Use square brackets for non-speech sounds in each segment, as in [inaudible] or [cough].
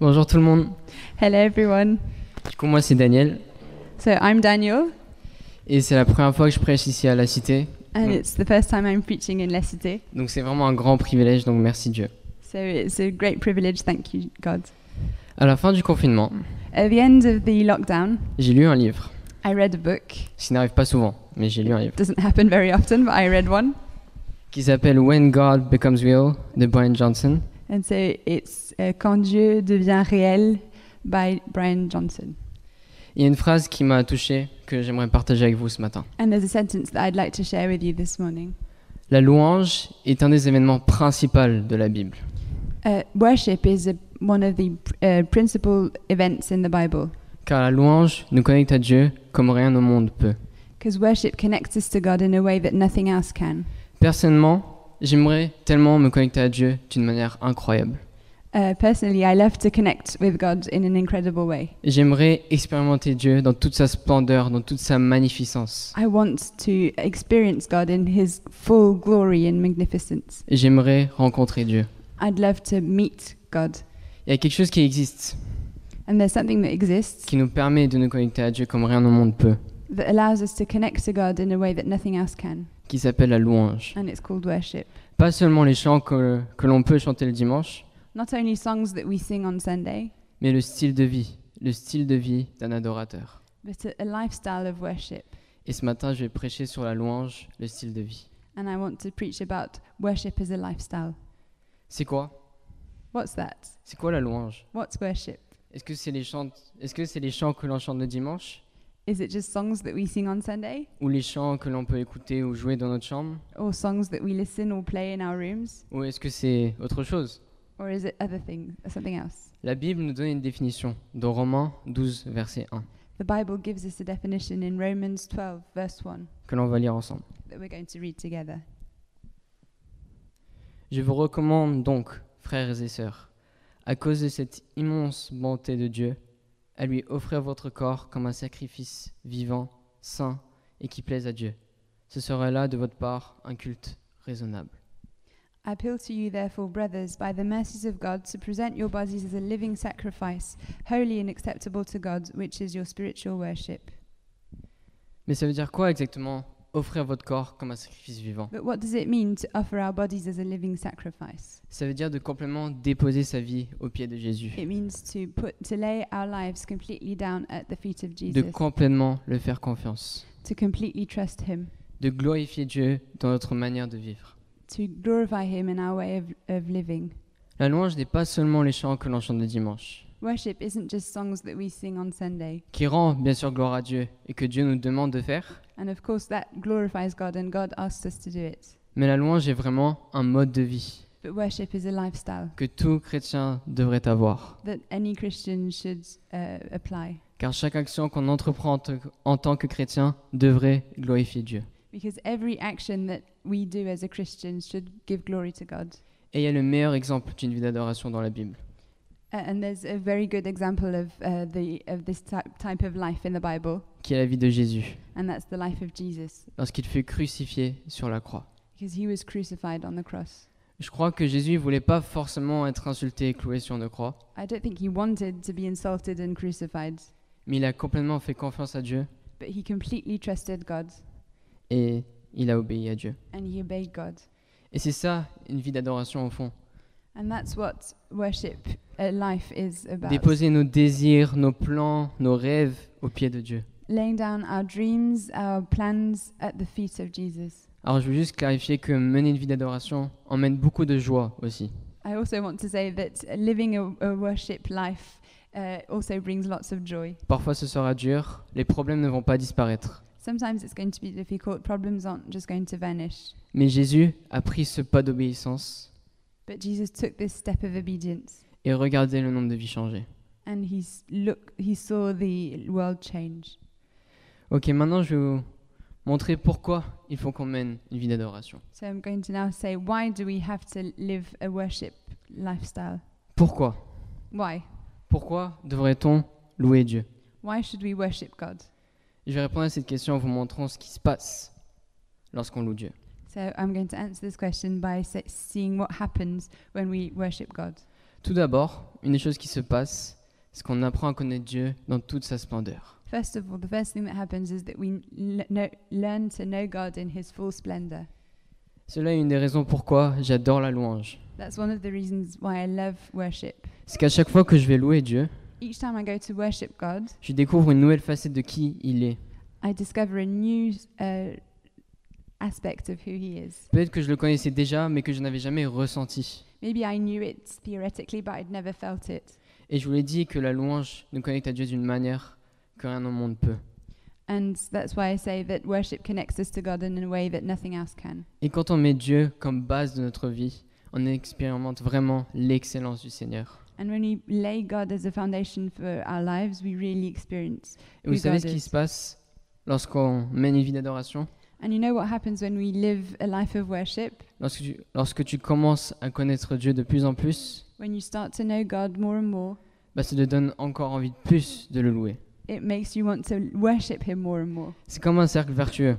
Bonjour tout le monde. Hello, everyone. Du coup, moi, c'est Daniel. So I'm Daniel, Et c'est la première fois que je prêche ici à la Cité. and Mm. it's the first time I'm preaching in La Cité. Donc, c'est vraiment un grand privilège. Donc, merci Dieu. So it's a great privilege. Thank you, God. À la fin du confinement, At the end of the lockdown, j'ai lu un livre. I read a book. Ce qui n'arrive pas souvent, mais j'ai lu un livre. Doesn't happen very often, but I read one. Qui s'appelle When God Becomes Real de Brian Johnson. And so it's uh, Quand Dieu devient réel by Brian Johnson. Il y a une phrase qui m'a touché que j'aimerais partager avec vous ce matin. And there's a sentence that I'd like to share with you this morning. La louange est un des événements principaux de la Bible. Uh, worship is a, one of the uh, principal events in the Bible Car la louange nous connecte à Dieu comme rien au monde peut. because worship connects us to God in a way that nothing else can. Personnellement, j'aimerais tellement me connecter à Dieu d'une manière incroyable. Uh, personally, I love to connect with God in an incredible way. J'aimerais expérimenter Dieu dans toute sa splendeur, dans toute sa magnificence. I want to experience God in His full glory and magnificence. J'aimerais rencontrer Dieu. I'd love to meet God. Il y a quelque chose qui existe, And there's something that exists qui nous permet de nous connecter à Dieu comme rien au monde peut, that allows us to connect to God in a way that nothing else can, qui s'appelle la louange. and it's called worship. Pas seulement les chants que, que l'on peut chanter le dimanche, Not only songs that we sing on Sunday, mais le style de vie, le style de vie d'un adorateur. but a, a lifestyle of worship. Et ce matin, je vais prêcher sur la louange, le style de vie. And I want to preach about worship as a lifestyle. C'est quoi What's that? C'est quoi la louange What's worship? Est-ce que c'est les chants est-ce que c'est les chants que l'on chante le dimanche Is it just songs that we sing on Sunday, ou les chants que l'on peut écouter ou jouer dans notre chambre or songs that we listen or play in our rooms? ou est-ce que c'est autre chose Or is it other thing, something else? La Bible nous donne une définition dans Romains 12 verset 1 The Bible gives us a definition in Romans 12, verse 1, que l'on va lire ensemble. that we're going to read together. Je vous recommande donc, frères et sœurs, à cause de cette immense bonté de Dieu, à lui offrir votre corps comme un sacrifice vivant, saint et qui plaise à Dieu. Ce sera là de votre part un culte raisonnable. I appeal to you, therefore, brothers, by the mercies of God, to present your bodies as a living sacrifice, holy and acceptable to God, which is your spiritual worship. Mais ça veut dire quoi exactement offrir votre corps comme un sacrifice vivant But what does it mean to offer our bodies as a living sacrifice? Ça veut dire de complètement déposer sa vie aux pieds de Jésus, It means to put to lay our lives completely down at the feet of de Jesus, complètement le faire confiance, to completely trust Him, de glorifier Dieu dans notre manière de vivre. to glorify Him in our way of, of living. La louange n'est pas seulement les chants que l'on chante le dimanche. Worship isn't just songs that we sing on Sunday. qui rend bien sûr gloire à Dieu et que Dieu nous demande de faire, And of course, that glorifies God, and God asks us to do it. mais la louange est vraiment un mode de vie But worship is a lifestyle que tout chrétien devrait avoir. that any Christian should uh, apply Car chaque action qu'on entreprend en t- en tant que chrétien devrait glorifier Dieu. because every action that we do as a Christian should give glory to God. Et il y a le meilleur exemple d'une vie d'adoration dans la Bible. Uh, and there's a very good example of uh, the of this type type of life in the Bible, qui est la vie de Jésus, and that's the life of Jesus lorsqu'il fut crucifié sur la croix. because he was crucified on the cross. Je crois que Jésus ne voulait pas forcément être insulté et cloué sur une croix, I don't think he wanted to be insulted and crucified, mais il a complètement fait confiance à Dieu but he completely trusted God et il a obéi à Dieu. and he obeyed God. Et c'est ça, une vie d'adoration au fond. And that's what worship uh, life is about. Déposer nos désirs, nos plans, nos rêves aux pieds de Dieu. Laying down our dreams, our plans at the feet of Jesus. Alors je veux juste clarifier que mener une vie d'adoration emmène beaucoup de joie aussi. I also want to say that uh, living a, a worship life uh, also brings lots of joy. Parfois ce sera dur, les problèmes ne vont pas disparaître. Sometimes it's going to be difficult, problems aren't just going to vanish. Mais Jésus a pris ce pas d'obéissance But Jesus took this step of obedience et regardez le nombre de vies changées. and he, s- look, he saw the world change. Ok, maintenant je vais vous montrer pourquoi il faut qu'on mène une vie d'adoration. So I'm going to now say, why do we have to live a worship lifestyle? Pourquoi Why? Pourquoi devrait-on louer Dieu Why should we worship God? Je vais répondre à cette question en vous montrant ce qui se passe lorsqu'on loue Dieu. So I'm going to answer this question by se- seeing what happens when we worship God. Tout d'abord, une des choses qui se passe, c'est qu'on apprend à connaître Dieu dans toute sa splendeur. First of all, the first thing that happens is that we l- know, learn to know God in his full splendor. Cela est une des raisons pourquoi j'adore la louange. That's one of the reasons why I love worship. C'est qu'à chaque fois que je vais louer Dieu, Each time I go to worship God, je découvre une nouvelle facette de qui il est. I discover a new uh, aspect of who he is. Peut-être que je le connaissais déjà, mais que je n'avais jamais ressenti. Maybe I knew it theoretically, but I'd never felt it. Et je vous l'ai dit que la louange nous connecte à Dieu d'une manière que rien au monde peut. And that's why I say that worship connects us to God in a way that nothing else can. Et quand on met Dieu comme base de notre vie, on expérimente vraiment l'excellence du Seigneur. And when we lay God as a foundation for our lives, we really experience. Et vous Oui, savez ce God qui is. se passe lorsqu'on mène une vie d'adoration And you know what happens when we live a life of worship? lorsque tu, lorsque tu commences à connaître Dieu de plus en plus, When you start to know God more and more, bah, ça te donne encore envie de plus de le louer. it makes you want to worship Him more and more. C'est comme un cercle vertueux.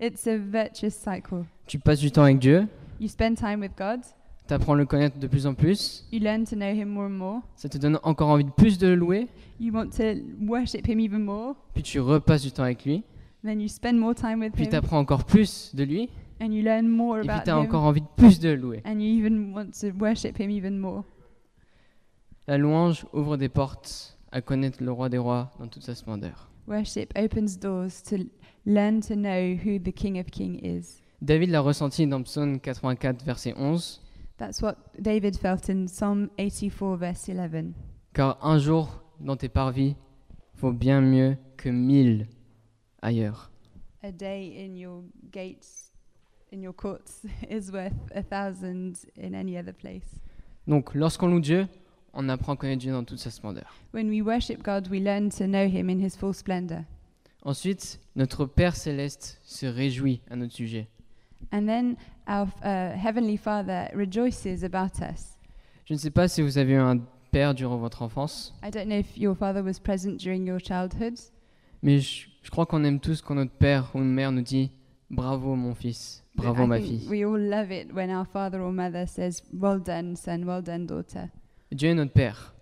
It's a virtuous cycle. Tu passes du temps avec Dieu, You spend time with God, tu apprends à le connaître de plus en plus, you learn to know Him more and more, ça te donne encore envie de plus de le louer, you want to worship Him even more, puis tu repasses du temps avec lui, then you spend more time with puis tu Him, apprends encore plus de lui, and you learn more et puis about tu as Him, encore envie de plus de le louer. and you even want to worship Him even more. La louange ouvre des portes à connaître le roi des rois dans toute sa splendeur. Worship opens doors to l- learn to know who the King of King is. David l'a ressenti dans Psaume 84, verset 11, That's what David felt in Psalm 84, verse 11. car un jour dans tes parvis vaut bien mieux que mille ailleurs. A day in your gates, in your courts, [laughs] is worth a thousand in any other place. Donc lorsqu'on loue Dieu, on apprend à connaître Dieu dans toute sa splendeur. When we worship God, we learn to know Him in His full splendor. Ensuite, notre Père céleste se réjouit à notre sujet. And then our uh, Heavenly Father rejoices about us. Je ne sais pas si vous avez eu un père durant votre enfance, I don't know if your father was present during your childhood, mais je, je crois qu'on aime tous quand notre père ou notre mère nous dit bravo mon fils, but bravo I ma think fille. We all love it when our father or mother says, Well done, son, well done, daughter. Dieu est notre Père.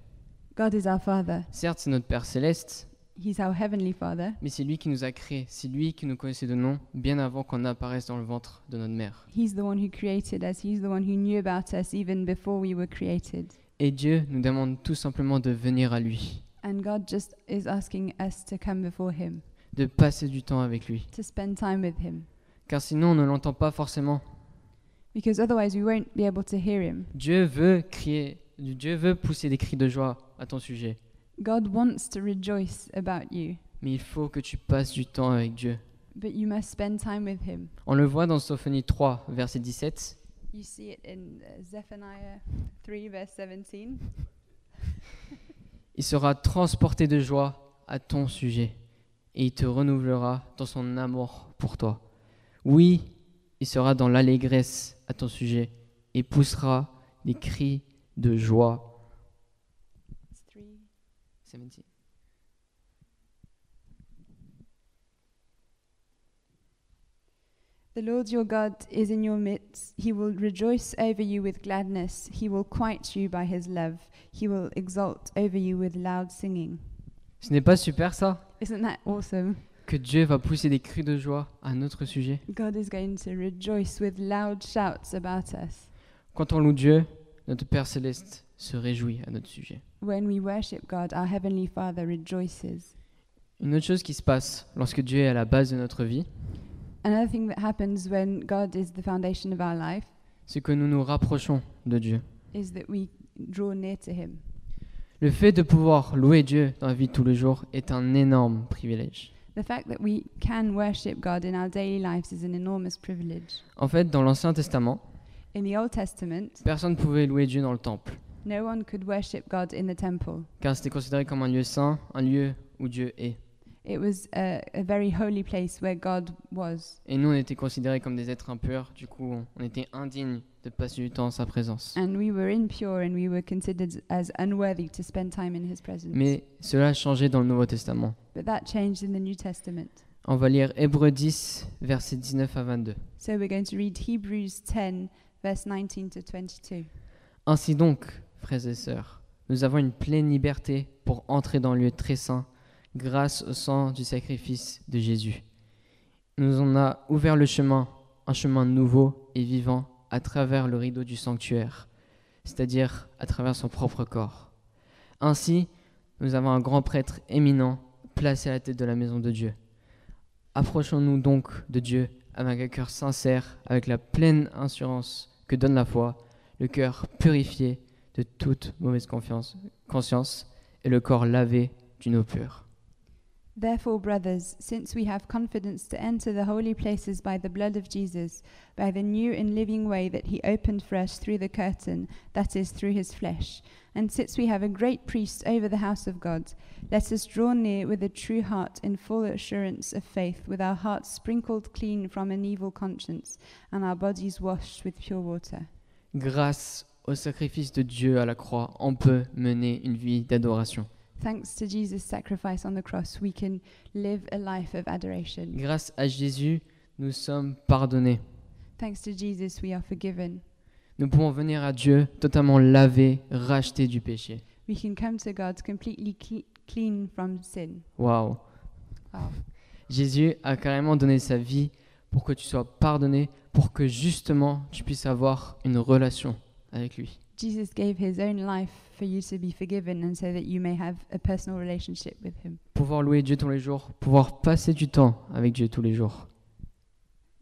God is our Father. Certes, c'est notre Père céleste, He's our Heavenly Father. mais c'est lui qui nous a créés, c'est lui qui nous connaissait de nom bien avant qu'on apparaisse dans le ventre de notre mère. He's the one who created us. He's the one who knew about us even before we were created. Et Dieu nous demande tout simplement de venir à lui, And God just is asking us to come before Him, de passer du temps avec lui, to spend time with Him. car sinon on ne l'entend pas forcément. Because otherwise, we won't be able to hear Him. Dieu veut crier, Dieu veut pousser des cris de joie à ton sujet, God wants to rejoice about you, mais il faut que tu passes du temps avec Dieu. but you must spend time with Him. On le voit dans Sophonie 3, verset 17. You see it in uh, Zephaniah 3, verse 17. Il sera transporté de joie à ton sujet, et il te renouvelera dans son amour pour toi. Oui, il sera dans l'allégresse à ton sujet, et poussera des cris de joie. It's three. 17. The Lord your God is in your midst. He will rejoice over you with gladness. He will quiet you by his love. He will exult over you with loud singing. Ce n'est pas super ça Isn't that awesome? Que Dieu va pousser des cris de joie à notre sujet God is going to rejoice with loud shouts about us. Quand on loue Dieu, notre Père céleste se réjouit à notre sujet. When we worship God, our Heavenly Father rejoices. Une autre chose qui se passe lorsque Dieu est à la base de notre vie, Another thing that happens when God is the foundation of our life c'est que nous nous rapprochons de Dieu. is that we draw near to Him. Le fait de pouvoir louer Dieu dans la vie de tous les jours est un énorme privilège. The fact that we can worship God in our daily lives is an enormous privilege. En fait, dans l'Ancien Testament, In the Old Testament, personne ne pouvait louer Dieu dans le temple, No one could worship God in the temple. car c'était considéré comme un lieu saint, un lieu où Dieu est. It was a, a very holy place where God was. Et nous, on était considérés comme des êtres impurs, du coup, on- on était indignes de passer du temps en sa présence. And we were impure and we were considered as unworthy to spend time in his presence. Mais cela a changé dans le Nouveau Testament. but that changed in the New Testament. On va lire Hébreux 10, versets 19 à 22. So we're going to read Hebrews 10, verse 19 to 22. Ainsi donc, frères et sœurs, nous avons une pleine liberté pour entrer dans le lieu très saint grâce au sang du sacrifice de Jésus. Il nous en a ouvert le chemin, un chemin nouveau et vivant à travers le rideau du sanctuaire, c'est-à-dire à travers son propre corps. Ainsi, nous avons un grand prêtre éminent placé à la tête de la maison de Dieu. Approchons-nous donc de Dieu avec un cœur sincère, avec la pleine assurance que donne la foi, le cœur purifié de toute mauvaise confiance- conscience et le corps lavé d'une eau pure. Therefore, brothers, since we have confidence to enter the holy places by the blood of Jesus, by the new and living way that he opened for us through the curtain, that is, through his flesh, and since we have a great priest over the house of God, let us draw near with a true heart in full assurance of faith, with our hearts sprinkled clean from an evil conscience, and our bodies washed with pure water. Grâce au sacrifice de Dieu à la croix, on peut mener une vie d'adoration. Thanks to Jesus' sacrifice on the cross, we can live a life of adoration. Grâce à Jésus, nous sommes pardonnés. Thanks to Jesus, we are forgiven. Nous pouvons venir à Dieu totalement lavés, rachetés du péché. we can come to God completely cle- clean from sin. Waouh Wow. Jésus a carrément donné sa vie pour que tu sois pardonné, pour que justement tu puisses avoir une relation avec lui. Jesus gave his own life for you to be forgiven and so that you may have a personal relationship with him, Pouvoir louer Dieu tous les jours, pouvoir passer du temps avec Dieu tous les jours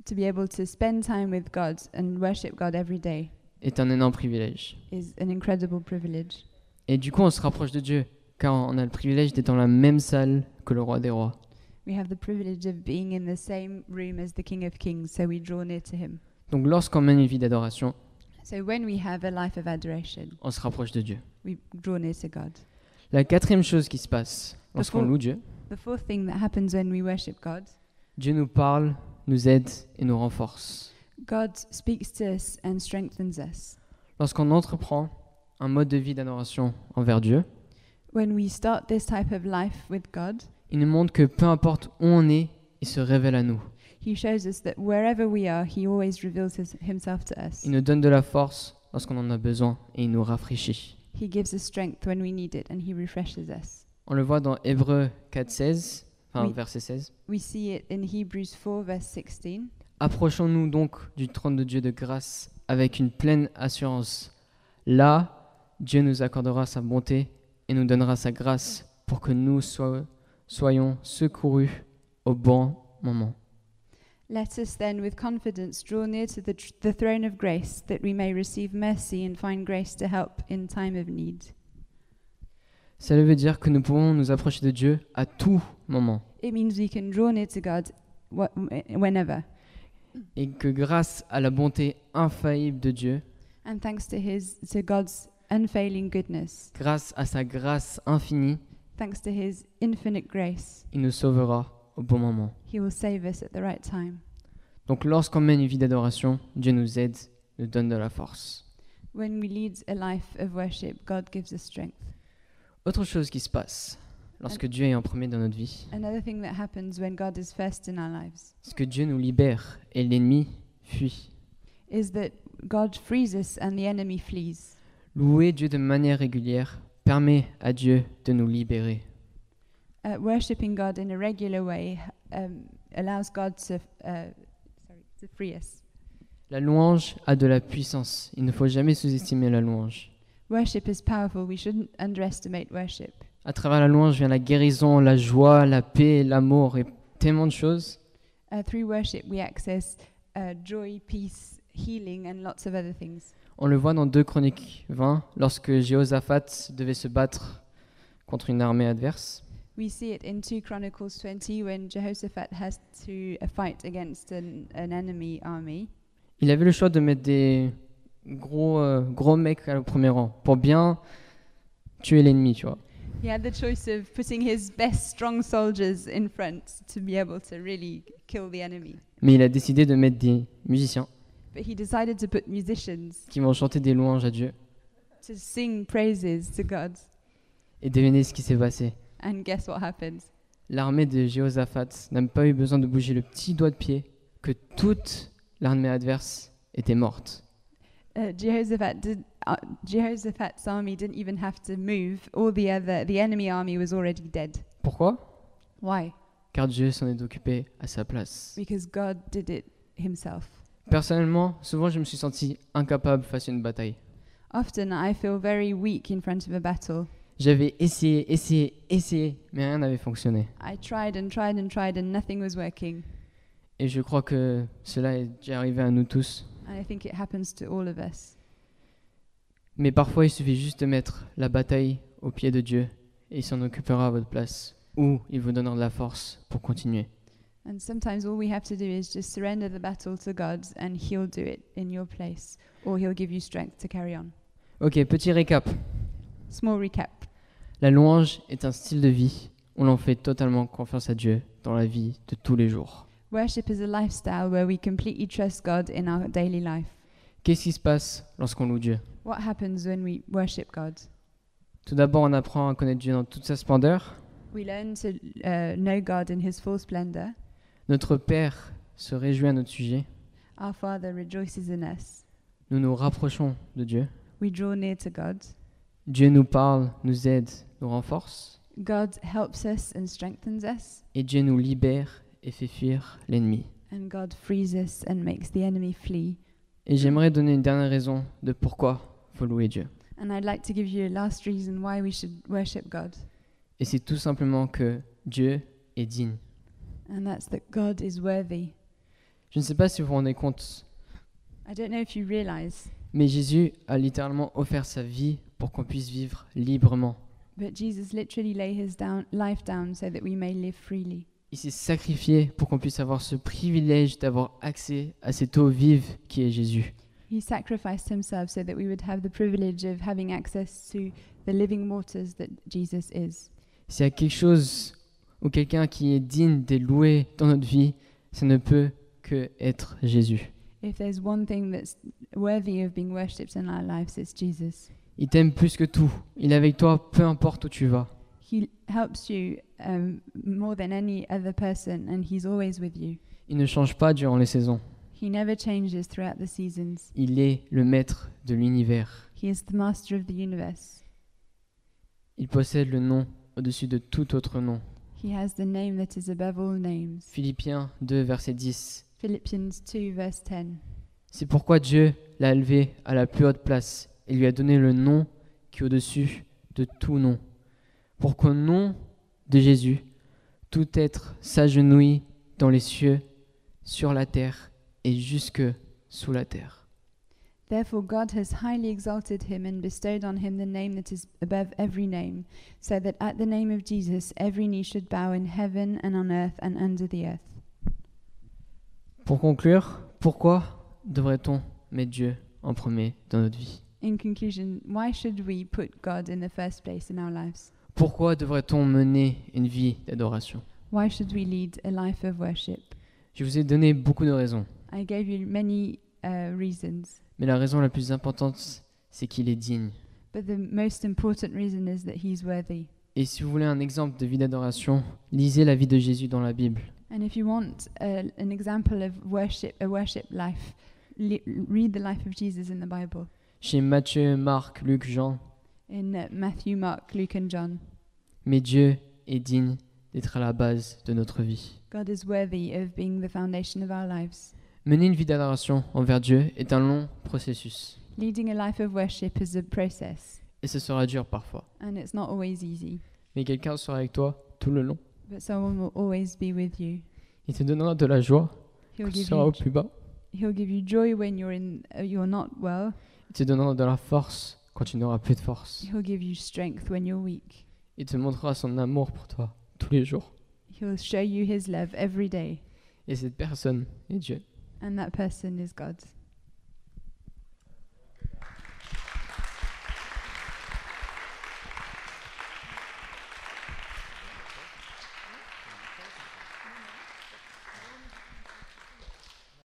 to be able to spend time with God and worship God every day est un énorme privilège. is an incredible privilege. Et du coup, on se rapproche de Dieu, car on a le privilège d'être dans la même salle que le roi des rois. We have the privilege of being in the same room as the King of Kings, so we draw near to him. Donc lorsqu'on mène une vie d'adoration, So when we have a life of adoration, on se rapproche de Dieu. we draw near to God. La quatrième chose qui se passe lorsqu'on Pourquoi loue Dieu, The fourth thing that happens when we worship God, Dieu nous parle, nous aide et nous renforce. God speaks to us and strengthens us. Lorsqu'on entreprend un mode de vie d'adoration envers Dieu, When we start this type of life with God, il nous montre que peu importe où on est, il se révèle à nous. He shows us that wherever we are, He always reveals his, Himself to us. Il nous donne de la force lorsqu'on en a besoin et il nous rafraîchit. He gives us strength when we need it and He refreshes us. On le voit dans Hébreu 4.16, enfin Oui. verset 16. We see it in Hebrews 4, verse 16. Approchons-nous donc du trône de Dieu de grâce avec une pleine assurance. Là, Dieu nous accordera sa bonté et nous donnera sa grâce pour que nous so- soyons secourus au bon moment. Let us then with confidence draw near to the, tr- the throne of grace that we may receive mercy and find grace to help in time of need. Cela veut dire que nous pouvons nous approcher de Dieu à tout moment It means we can draw near to God wh- whenever. et que grâce à la bonté infaillible de Dieu, And thanks to His to God's unfailing goodness, grâce à sa grâce infinie, thanks to His infinite grace, il nous sauvera au bon moment. He will save us at the right time. Donc lorsqu'on mène une vie d'adoration, Dieu nous aide, nous donne de la force. When we lead a life of worship, God gives us strength. Autre chose qui se passe lorsque Dieu est en premier dans notre vie, Another thing that happens when God is first in our lives c'est que Dieu nous libère et l'ennemi fuit. is that God frees us and the enemy flees. Louer Dieu de manière régulière permet à Dieu de nous libérer. Uh, worshipping God in a regular way um, allows God to, uh, sorry, to free us. La louange a de la puissance. Il ne faut jamais sous-estimer la louange. Worship is powerful. We shouldn't underestimate worship. À travers la louange vient la guérison, la joie, la paix, l'amour et tellement de choses. Uh, through worship, we access uh, joy, peace, healing, and lots of other things. On le voit dans 2 Chroniques 20, lorsque Jéhoshaphat devait se battre contre une armée adverse. We see it in 2 Chronicles 20 when Jehoshaphat has to uh, fight against an, an enemy army. Il avait le choix de mettre des gros, euh, gros mecs au premier rang pour bien tuer l'ennemi, tu vois. He had the choice of putting his best strong soldiers in front to be able to really kill the enemy. Mais il a décidé de mettre des musiciens But he decided to put musicians qui vont chanter des louanges à Dieu. to sing praises to God. Et devinez ce qui s'est passé. And guess what happens? L'armée de Jéhoshaphat n'a pas eu besoin de bouger le petit doigt de pied que toute l'armée adverse était morte. Uh, Jehoshaphat did, uh, Jehoshaphat's army didn't even have to move. All the other, the enemy army was already dead. Pourquoi Why? Car Dieu s'en est occupé à sa place. Because God did it himself. Personnellement, souvent je me suis senti incapable face à une bataille. Often I feel very weak in front of a battle. J'avais essayé, essayé, essayé, mais rien n'avait fonctionné. I tried and tried and tried and nothing was working. Et je crois que cela est déjà arrivé à nous tous. And I think it happens to all of us. Mais parfois, il suffit juste de mettre la bataille au pied de Dieu et il s'en occupera à votre place. Ou il vous donnera de la force pour continuer. And sometimes all we have to do is just surrender the battle to God and he'll do it in your place or he'll give you strength to carry on. Ok, petit récap. Small recap. La louange est un style de vie. On en fait totalement confiance à Dieu dans la vie de tous les jours. Worship is a lifestyle where we completely trust God in our daily life. Qu'est-ce qui se passe lorsqu'on loue Dieu What happens when we worship God? Tout d'abord, on apprend à connaître Dieu dans toute sa splendeur. We learn to uh, know God in his full splendor. Notre Père se réjouit à notre sujet. Our Father rejoices in us. Nous nous rapprochons de Dieu. We draw near to God. Dieu nous parle, nous aide, nous renforce. God helps us and strengthens us. Et Dieu nous libère et fait fuir l'ennemi. And God frees us and makes the enemy flee. Et j'aimerais donner une dernière raison de pourquoi faut louer Dieu. And I'd like to give you a last reason why we should worship God, Et c'est tout simplement que Dieu est digne. and that's that God is worthy. Je ne sais pas si vous vous rendez compte, I don't know if you realize, mais Jésus a littéralement offert sa vie pour qu'on puisse vivre librement. but Jesus literally laid his down, life down so that we may live freely. Il s'est sacrifié pour qu'on puisse avoir ce privilège d'avoir accès à cette eau vive qui est Jésus. He sacrificed himself so that we would have the privilege of having access to the living waters that Jesus is. S'il y a quelque chose ou quelqu'un qui est digne d'être loué dans notre vie, ça ne peut que être Jésus. If there's one thing that's worthy of being worshipped in our lives, it's Jesus. Il t'aime plus que tout. Il est avec toi peu importe où tu vas. He helps you um, more than any other person, and He's always with you. Il ne change pas durant les saisons. He never changes throughout the seasons. Il est le maître de l'univers. He is the master of the universe. Il possède le nom au-dessus de tout autre nom. He has the name that is above all names. Philippiens 2, verset 10. Philippians 2, verse 10. C'est pourquoi Dieu l'a élevé à la plus haute place et lui a donné le nom qui est au-dessus de tout nom. Pour qu'au nom de Jésus, tout être s'agenouille dans les cieux, sur la terre et jusque sous la terre. Therefore, God has highly exalted him and bestowed on him the name that is above every name, so that at the name of Jesus every knee should bow in heaven and on earth and under the earth. Pour conclure, pourquoi devrait-on mettre Dieu en premier dans notre vie In conclusion, why should we put God in the first place in our lives? Pourquoi devrait-on mener une vie d'adoration Why should we lead a life of worship? Je vous ai donné beaucoup de raisons, I gave you many uh, reasons, mais la raison la plus importante, c'est qu'il est digne. but the most important reason is that he's worthy. Et si vous voulez un exemple de vie d'adoration, lisez la vie de Jésus dans la Bible. And if you want a, an example of worship, a worship life, li- read the life of Jesus in the Bible, Chez Matthieu, Marc, Luc, Jean, in uh, Matthew, Mark, Luke, and John. mais Dieu est digne d'être à la base de notre vie. God is worthy of being the foundation of our lives. Mener une vie d'adoration envers Dieu est un long processus, Leading a life of worship is a process, et ce sera dur parfois. and it's not always easy, Mais quelqu'un sera avec toi tout le long. but someone will always be with you. Il te donnera de la joie He'll quand tu give seras you, au plus bas. he'll give you joy when you're in, uh, you're not well. Il te donnera de la force quand tu n'auras plus de force. He'll give you strength when you're weak. Il te montrera son amour pour toi tous les jours. He'll show you his love every day, Et cette personne est Dieu. and that person is God.